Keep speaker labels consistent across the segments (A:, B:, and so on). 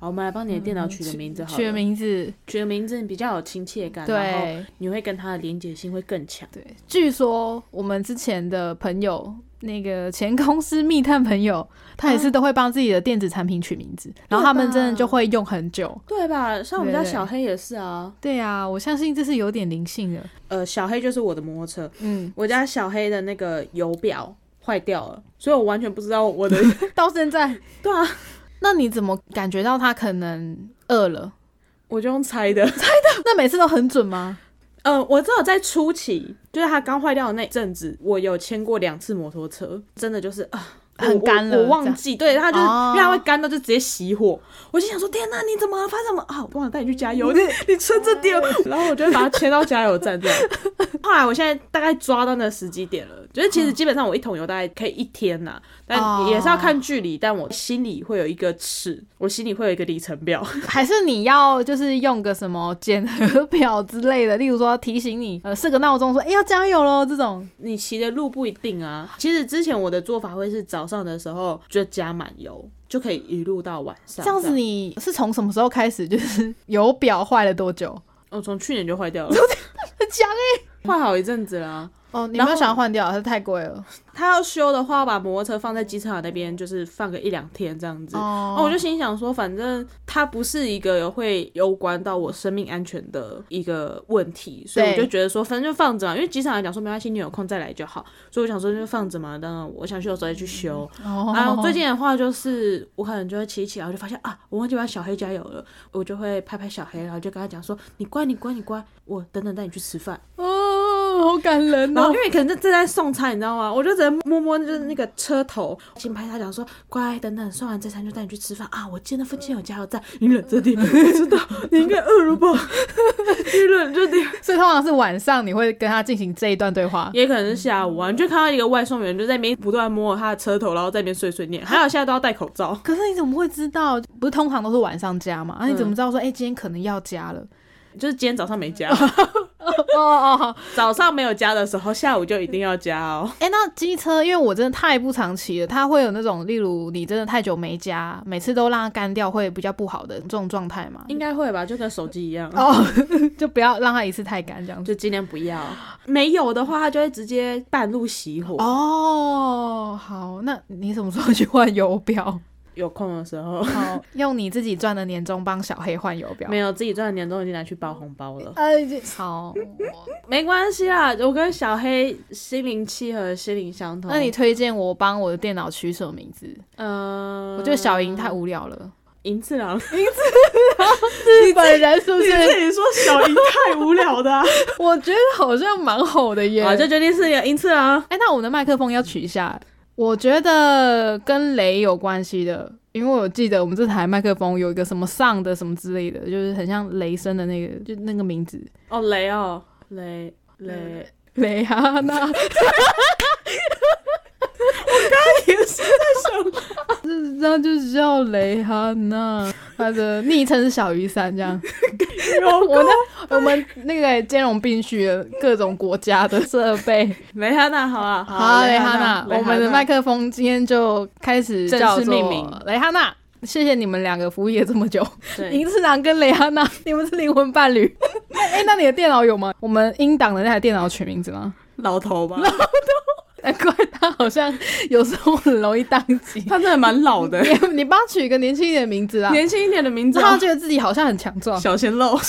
A: 好，我们来帮你的电脑取个名字好了，
B: 嗯取个名字，
A: 取个名字比较有亲切感，然后
B: 对
A: 你会跟它的连结性会更强。
B: 对。据说我们之前的朋友，那个前公司密探朋友，他也是都会帮自己的电子产品取名字，然后他们真的就会用很久。
A: 对吧？像我们家
B: 对对
A: 小黑也是啊，
B: 对啊，我相信这是有点灵性的。
A: 呃，小黑就是我的摩托车，
B: 嗯，
A: 我家小黑的那个油表坏掉了，所以我完全不知道我的。
B: 到现在，
A: 对啊，
B: 那你怎么感觉到他可能饿了？
A: 我就用猜的。
B: 那每次都很准吗？
A: 呃，我只有在初期，就是它刚坏掉的那一阵子，我有牵过两次摩托车，真的就是啊。我
B: 很干了
A: 我，我忘记，对，它就是、
B: 哦
A: 因为它会干到就直接熄火。我心想说，天哪，你怎么了发生什么啊？我忘了带你去加油，你你撑着点。哎然后我就把它牵到加油站这样。 后来我现在大概抓到那个时机点了，就是其实基本上我一桶油大概可以一天呐、但
B: 哦
A: 也是要看距离，但我心里会有一个尺，我心里会有一个里程表。
B: 还是你要就是用个什么检核表之类的，例如说提醒你，呃，设个闹钟说，哎、要加油喽这种。
A: 你骑的路不一定啊。其实之前我的做法会是早上的时候就加满油，就可以一路到晚上。
B: 这样子，你是从什么时候开始就是油表坏了多久？
A: 我哦从去年就坏掉 了，
B: 很强哎、
A: 坏好一阵子啦。
B: 哦，你
A: 然后
B: 有没有想要换掉？它太贵了。
A: 他要修的话，把摩托车放在机车厂那边，就是放个一两天这样子。
B: 哦
A: 哦，我就心想说，反正它不是一个会攸关到我生命安全的一个问题，所以我
B: 对
A: 就觉得说，反正就放着啊嘛。因为机场来讲说没关系，你有空再来就好。所以我想说就放着嘛，当然我想修的时候再去修。
B: 哦
A: 然后最近的话就是，我可能就会骑一骑，然后就发现啊，我忘记帮小黑加油了，我就会拍拍小黑，然后就跟他讲说，你乖，你乖，你乖，我等等带你去吃饭。
B: 哦，好感人
A: 然后
B: 哦
A: 因。为可能正在送餐，你知道吗？我就只能摸摸就是那个车头，轻拍他讲说，乖，等等送完这餐就带你去吃饭啊，我记得那附近有加油站，你忍着点， 我知道你应该饿了吧，你忍着点。
B: 所以通常是晚上你会跟他进行这一段对话。
A: 也可能是下午啊，你就看到一个外送员就在那边不断摸他的车头，然后在那边碎碎念，还有现在都要戴口罩。
B: 可是你怎么会知道？不是通常都是晚上加嘛？啊，你怎么知道说，哎、今天可能要加了？
A: 就是今天早上没 加，
B: 哦哦，哦
A: 早上没有加的时候，下午就一定要加哦。
B: 哎、那机车，因为我真的太不常骑了，它会有那种，例如你真的太久没加，每次都让它干掉，会比较不好的这种状态嘛？
A: 应该会吧，就跟手机一样，
B: 哦， 就不要让它一次太干这样子。
A: 就尽量不要。没有的话，它就会直接半路熄火。
B: 哦，好，那你什么时候去换油 表？
A: 有空的时候，
B: 好，用你自己赚的年终帮小黑换油表。
A: 没有自己赚的年终已经拿去包红包了，
B: 哎，好，
A: 没关系啦。我跟小黑心灵契合，心灵相通。
B: 那你推荐我帮我的电脑取什么名字？
A: 呃，
B: 我觉得小银太无聊了。
A: 银次 郎，你
B: 日本人是不是？
A: 自己说小银太无聊 的啊，
B: 我觉得好像蛮好的耶。
A: 好就决定是银次郎。
B: 哎、那我们的麦克风要取一下。我觉得跟雷有关系的，因为我记得我们这台麦克风有一个什么上的什么之类的，就是很像雷声的那个，就那个名字
A: 哦，雷哦，雷
B: 嗯
A: 雷。
B: 雷哈娜。
A: 也是在想，
B: 然后就是叫雷哈娜，她的昵称是小雨伞，这样。我的我们那个兼容并蓄的各种国家的设备。
A: 雷哈娜，好啊，
B: 好，雷哈娜，我们的麦
A: 克
B: 克风今天就开始叫
A: 正式
B: 做
A: 命名
B: 雷哈娜。谢谢你们两个服务业这么久，林次郎跟雷哈娜，你们是灵魂伴 侣。哎、那你的电脑有吗？我们英党的那台电脑取名字吗？
A: 老头吧，
B: 难怪他好像有时候很容易宕机。
A: 他真的蛮老的，
B: 你你帮他取一个年轻一点的名字 啊，
A: 年轻一点的名字
B: 让
A: 啊
B: 他，觉得自己好像很强壮。
A: 小鲜肉，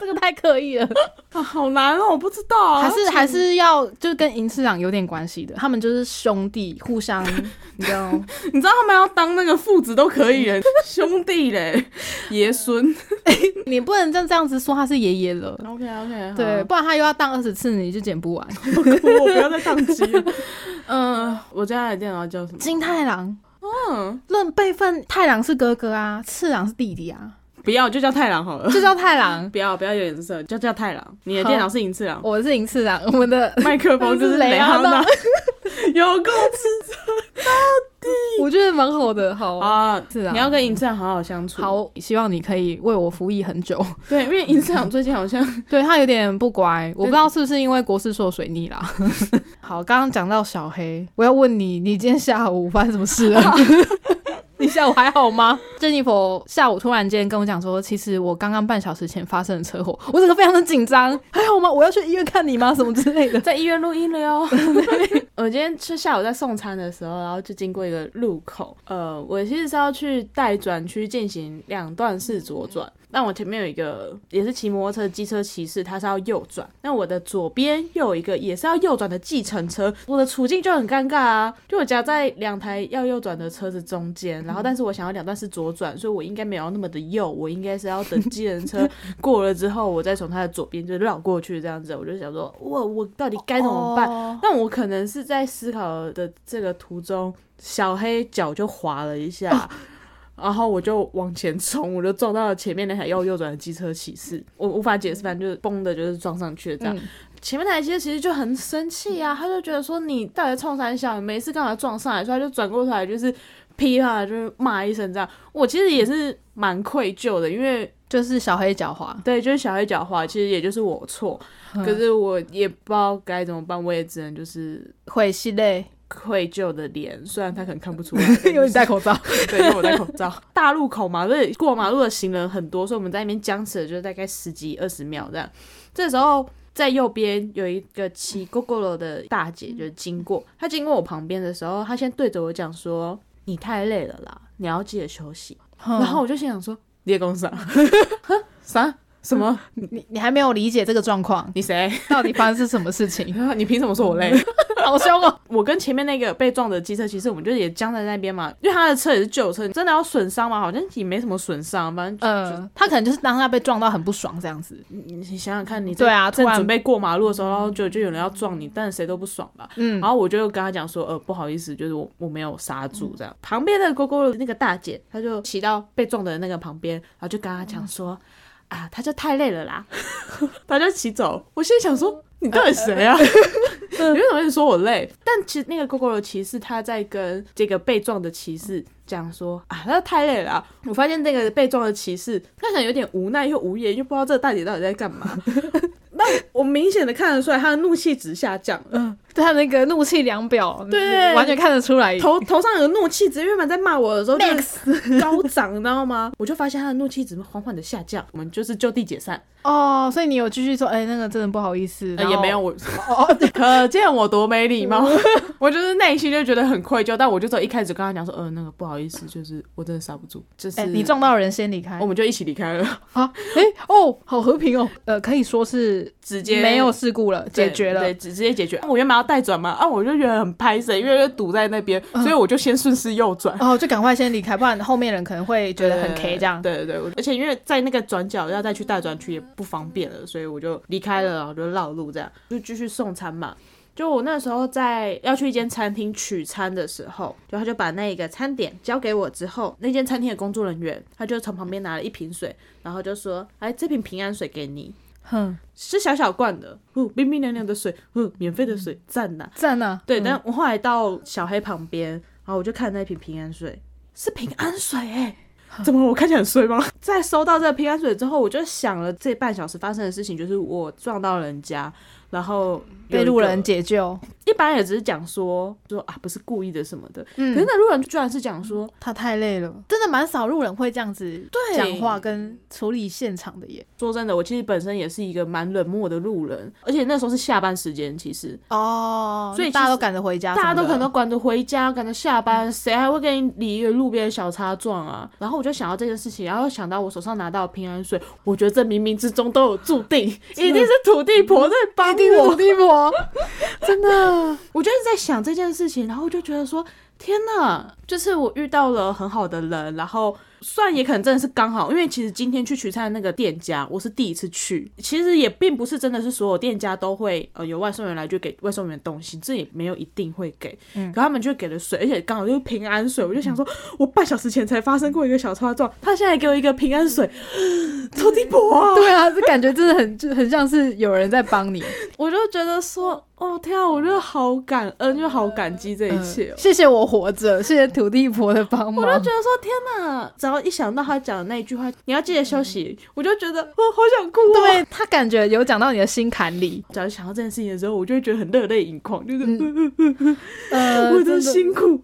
B: 这个太刻意了，
A: 啊 好难哦，我不知道啊，
B: 还是还是要就跟银次郎有点关系的，他们就是兄弟，互 相，你知道。
A: 你知道他们要当那个父子都可以耶，兄弟嘞，爷孙
B: 你不能就这样子说他是爷爷 了，
A: ，OK OK，
B: 对，，不然他又要当二十次，你就剪不完。
A: 我不要再宕机 了，嗯，我家的电脑叫什么？
B: 金太郎
A: 嗯，
B: 论辈分，太郎是哥哥啊，次郎是弟弟 啊，
A: 不要就叫太郎好了，
B: 就叫太郎。
A: 不要不要有颜色，就叫太郎，你的电脑是银次郎。
B: 我是银次郎，我们 的，
A: 麦克风哦就是雷哈 娜，有够 吃
B: 我觉得蛮好的，好啊。
A: 啊！
B: 是啊
A: 你要跟银次郎好好相处。，
B: 好，希望你可以为我服役很 久。
A: 对，因为银次郎最近好像
B: 对他有点不乖，我不知道是不是因为国事受水 逆啦。好，刚刚讲到小黑，我要问你，你今天下午发生什么事了？ 你下午还好吗？珍妮佛下午突然间跟我讲说，其实我刚刚半小时前发生了车祸，我整个非常的紧 张，还好吗？我要去医院看你吗？什么之类 的。
A: 在医院录音了哟。 我今天是下午在送餐的时候，然后就经过一个路口，呃，我其实是要去待转区进行两段式左转。但我前面有一个也是骑摩托车的机车骑士，他是要右转。那我的左边又有一个也是要右转的计程车，我的处境就很尴尬啊！就我夹在两台要右转的车子中间，然后但是我想要两段是左转，所以我应该没有那么的右，我应该是要等计程车 过了之后，我再从它的左边就绕过去这样子。我就想说，我我到底该怎么办？
B: 哦
A: 但我可能是在思考的这个途中，小黑脚就滑了一
B: 哦
A: 下， 然后我就往前冲，我就撞到了前面那台要右转的机车骑士，我无法解释，反正就是崩的，就是撞上去了这样。
B: 嗯
A: 前面那台机车骑士就很生气啊，他就觉得说你到底在冲三小，你没事干嘛撞上来？所以他就转过头来就是噼啪就是骂一声这样。我其实也是蛮愧疚的，因为
B: 就是小黑狡猾，
A: 对，就是小黑狡猾，其实也就是我错，
B: 嗯
A: 可是我也不知道该怎么办，我也只能就是
B: 会系列，
A: 愧疚的脸，虽然他可能看不出来，
B: 因为你戴口罩。
A: 对，因为我戴口罩。大路口嘛，所以过马路的行人很多，所以我们在那边僵持了，就是大概十几二十秒这样。这时候在右边有一个骑 GoGo 的大姐就经过，她经过我旁边的时候，她先对着我讲说：“你太累了啦，你要记得休息。”然
B: 然
A: 后
B: 后
A: 我就心想说：“猎工 啥？哼啊啥？什么？
B: 你你还没有理解这个状况，
A: 你谁？
B: 到底发生是什么事情？
A: 你凭什么说我累？”
B: 好凶哦！
A: 我跟前面那个被撞的机车，其实我们就也僵在那边嘛，因为他的车也是旧车，真的要损伤吗？好像也没什么损伤，反正就
B: 呃，他可能就是当下被撞到很不爽这样子。
A: 你你想想看，你
B: 对啊，突
A: 正准
B: 然
A: 备过马路的时候，然后就就有人要撞你，但谁都不爽吧。
B: 嗯
A: 然后我就跟他讲说，呃，不好意思，就是我我没有刹住这样。旁边的勾勾的那个大姐，她就骑到被撞的那个旁边，然后就跟他讲说，啊，她就太累了啦， 她就骑走。我现在想说，你到底谁啊？ 你为什么一直说我累？但其实那个勾勾的骑士，他在跟这个被撞的骑士讲说啊，他太累了啊、我发现那个被撞的骑士，他想有点无奈又无言，又不知道这个大姐到底在干嘛。那我明显的看得出来，他的怒气值下降了，
B: 对他那个怒气量表，
A: 对
B: 完全看得出来。
A: 头头上有怒气值，因为原本在骂我的时候就是高涨，你知道吗？ 我就发现他的怒气值缓缓的下降，我们就是就地解散，
B: 哦，所以你有继续说，哎、那个真的不好意思，
A: 呃
B: 然后哎哦
A: 也没有，我， 可见我多没礼
B: 嗯
A: 貌。 我就是内心就觉得很愧疚，但我就走一开始跟他讲说，呃，那个不好意思，就是我真的刹不住，就是、哦
B: 哎、你撞到人先离开
A: 我们就一起离开了，
B: 啊！哎、哦，好和平哦，呃，可以说是
A: 直接
B: 没有事故了，
A: 对
B: 解决了
A: 对，。直直接解决。啊我原本要带转嘛，啊，我就觉得很拍谁，因为就堵在那边，
B: 嗯
A: 所以我就先顺势右转。
B: 哦，就赶快先离开，不然后面人可能会觉得很 K 这样。
A: 呃对对对，我而且因为在那个转角要再去大转区也不方便了，所以我就离开了，然后就绕路这样，就继续送餐嘛。就我那时候在要去一间餐厅取餐的时候，就他就把那个餐点交给我之后，那间餐厅的工作人员他就从旁边拿了一瓶水，然后就说：“哎，这瓶平安水给你，
B: 哼，
A: 是小小罐的，嗯，冰冰凉凉的水，嗯，免费的水，赞呐、
B: 赞啊！
A: 对，但我后来到小黑旁边，然后我就看那瓶平安水，是平安水 哎、怎么我看起来很衰吗？ 在收到这个平安水之后，我就想了这半小时发生的事情，就是我撞到人家，然后有
B: 被
A: 一
B: 路
A: 个
B: 人解救，
A: 一般也只是讲说说啊不是故意的什么的，可
B: 嗯
A: 是，那路人居然是讲说
B: 他太累了，真的蛮少路人会这样子
A: 对
B: 讲话跟处理现场的耶。
A: 说真的，我其实本身也是一个蛮冷漠的路人，而且那时候是下班时间，其实
B: 哦
A: 所以
B: 大家
A: 其实
B: 都赶着回家什
A: 大
B: 么的，
A: 家都可能都赶着回家，赶着下班，谁还会跟你理一个路边的小擦撞啊？然后我就想到这件事情，然后想到我手上拿到的平安水，我觉得这冥冥之中都有注 定，一定是土地婆在帮
B: 一定是
A: 我
B: 土。地婆， 真的。
A: 我就一直在想这件事情，然后我就觉得说，天哪，就是我遇到了很好的人，然后虽然也可能真的是刚好，因为其实今天去取餐的那个店家，我是第一次去，其实也并不是真的是所有店家都会呃有外送员来就给外送员东西，这也没有一定会给，
B: 嗯
A: 可他们就给了水，而且刚好就是平安水，我就想说，我半小时前才发生过一个小擦撞，他现在给我一个平安水， 臭地婆啊！
B: 对啊，这感觉真的很就很像是有人在帮你。
A: 我就觉得说，哦天啊，我觉得好感恩，就好感激这一切、哦
B: 呃谢谢我活着，谢谢土地婆的帮
A: 我就
B: 忙
A: 觉。得说天哪，只要一想到他讲的那一句话，你要记得休息，我就觉得我、哦、好想哭、哦。
B: 对他感觉有讲到你的心坎里，
A: 假如想到这件事情的时候，我就会觉得很热泪盈眶，就是、
B: 呃，
A: 我嗯的
B: 真的
A: 辛苦，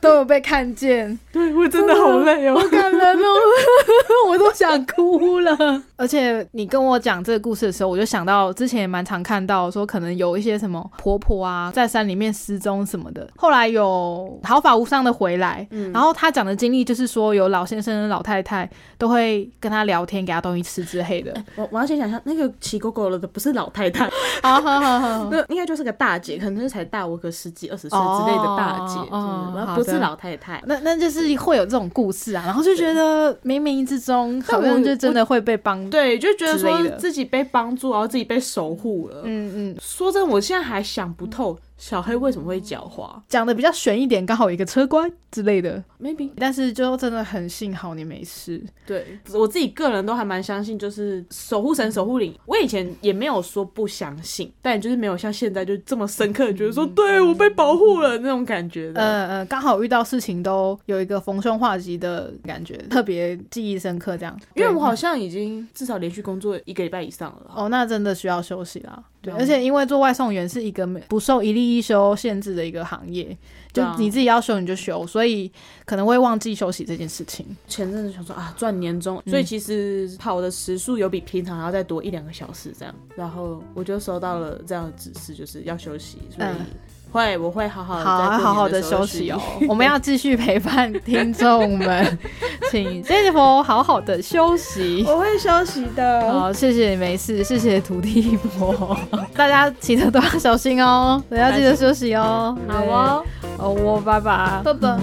B: 都有被看见，
A: 对我真的好累哦。
B: 感人哦， 我都想哭了。而且你跟我讲这个故事的时候，我就想到之前也蛮常看到说，可能有一些什么婆婆啊，在山里面失踪什么的，后来有毫发无伤的回来。然后他讲的经历就是说，有老先生、老太太都会跟他聊天，给他东西吃之类的。
A: 我我要先想一下，那个骑狗狗了的不是老太太，
B: 好好好好，
A: 那应该就是个大姐，可能就是才大我个十几二十岁之类的大姐，
B: 哦
A: 就是
B: 哦
A: 然后
B: 好
A: 不是
B: 的
A: 老太太。
B: 那那就是会有这种故事啊，然后就觉得冥冥之中好像就真的会被帮。
A: 对，就觉得
B: 之类
A: 说
B: 的
A: 自己被帮助，然后自己被守护了。
B: 嗯嗯，
A: 说真的，我现在还想不透小黑为什么会狡猾。
B: 讲的比较悬一点，刚好有一个车关之类的。
A: maybe
B: 但是就真的很幸好你没事。
A: 对我自己个人都还蛮相信，就是守护神、守护灵。我以前也没有说不相信，但就是没有像现在就这么深刻，觉得说对我被保护了那种感觉的。
B: 呃呃，刚好遇到事情都有一个逢凶化吉的感觉，特别记忆深刻这样。
A: 因为我
B: 对
A: 好像已经至少连续工作一个礼拜以上了啦。
B: 哦，那真的需要休息啦。对，
A: 对啊
B: 而且因为做外送员是一个没不受一例一休限制的一个行业，就
A: 对啊
B: 你自己要休你就休，所以可能会忘记休息这件事情。
A: 前阵子想说啊，赚年终，所以其实跑的时速有比平常还要再多一两个小时这样。然后我就收到了这样的指示，就是要休息，所以
B: 嗯
A: 会我会好好地
B: 好
A: 在过
B: 啊，
A: 年
B: 好好
A: 的
B: 的
A: 时候。
B: 休息哦我们要继续陪伴听 众们，请 Jennifer 好好的休息。
A: 我会休息的。
B: 好，谢谢你没事，谢谢土地婆， 大家骑车都要小心哦，大家记得休息哦。
A: 好哦。
B: 对，哦，我拜拜。
C: 拜拜。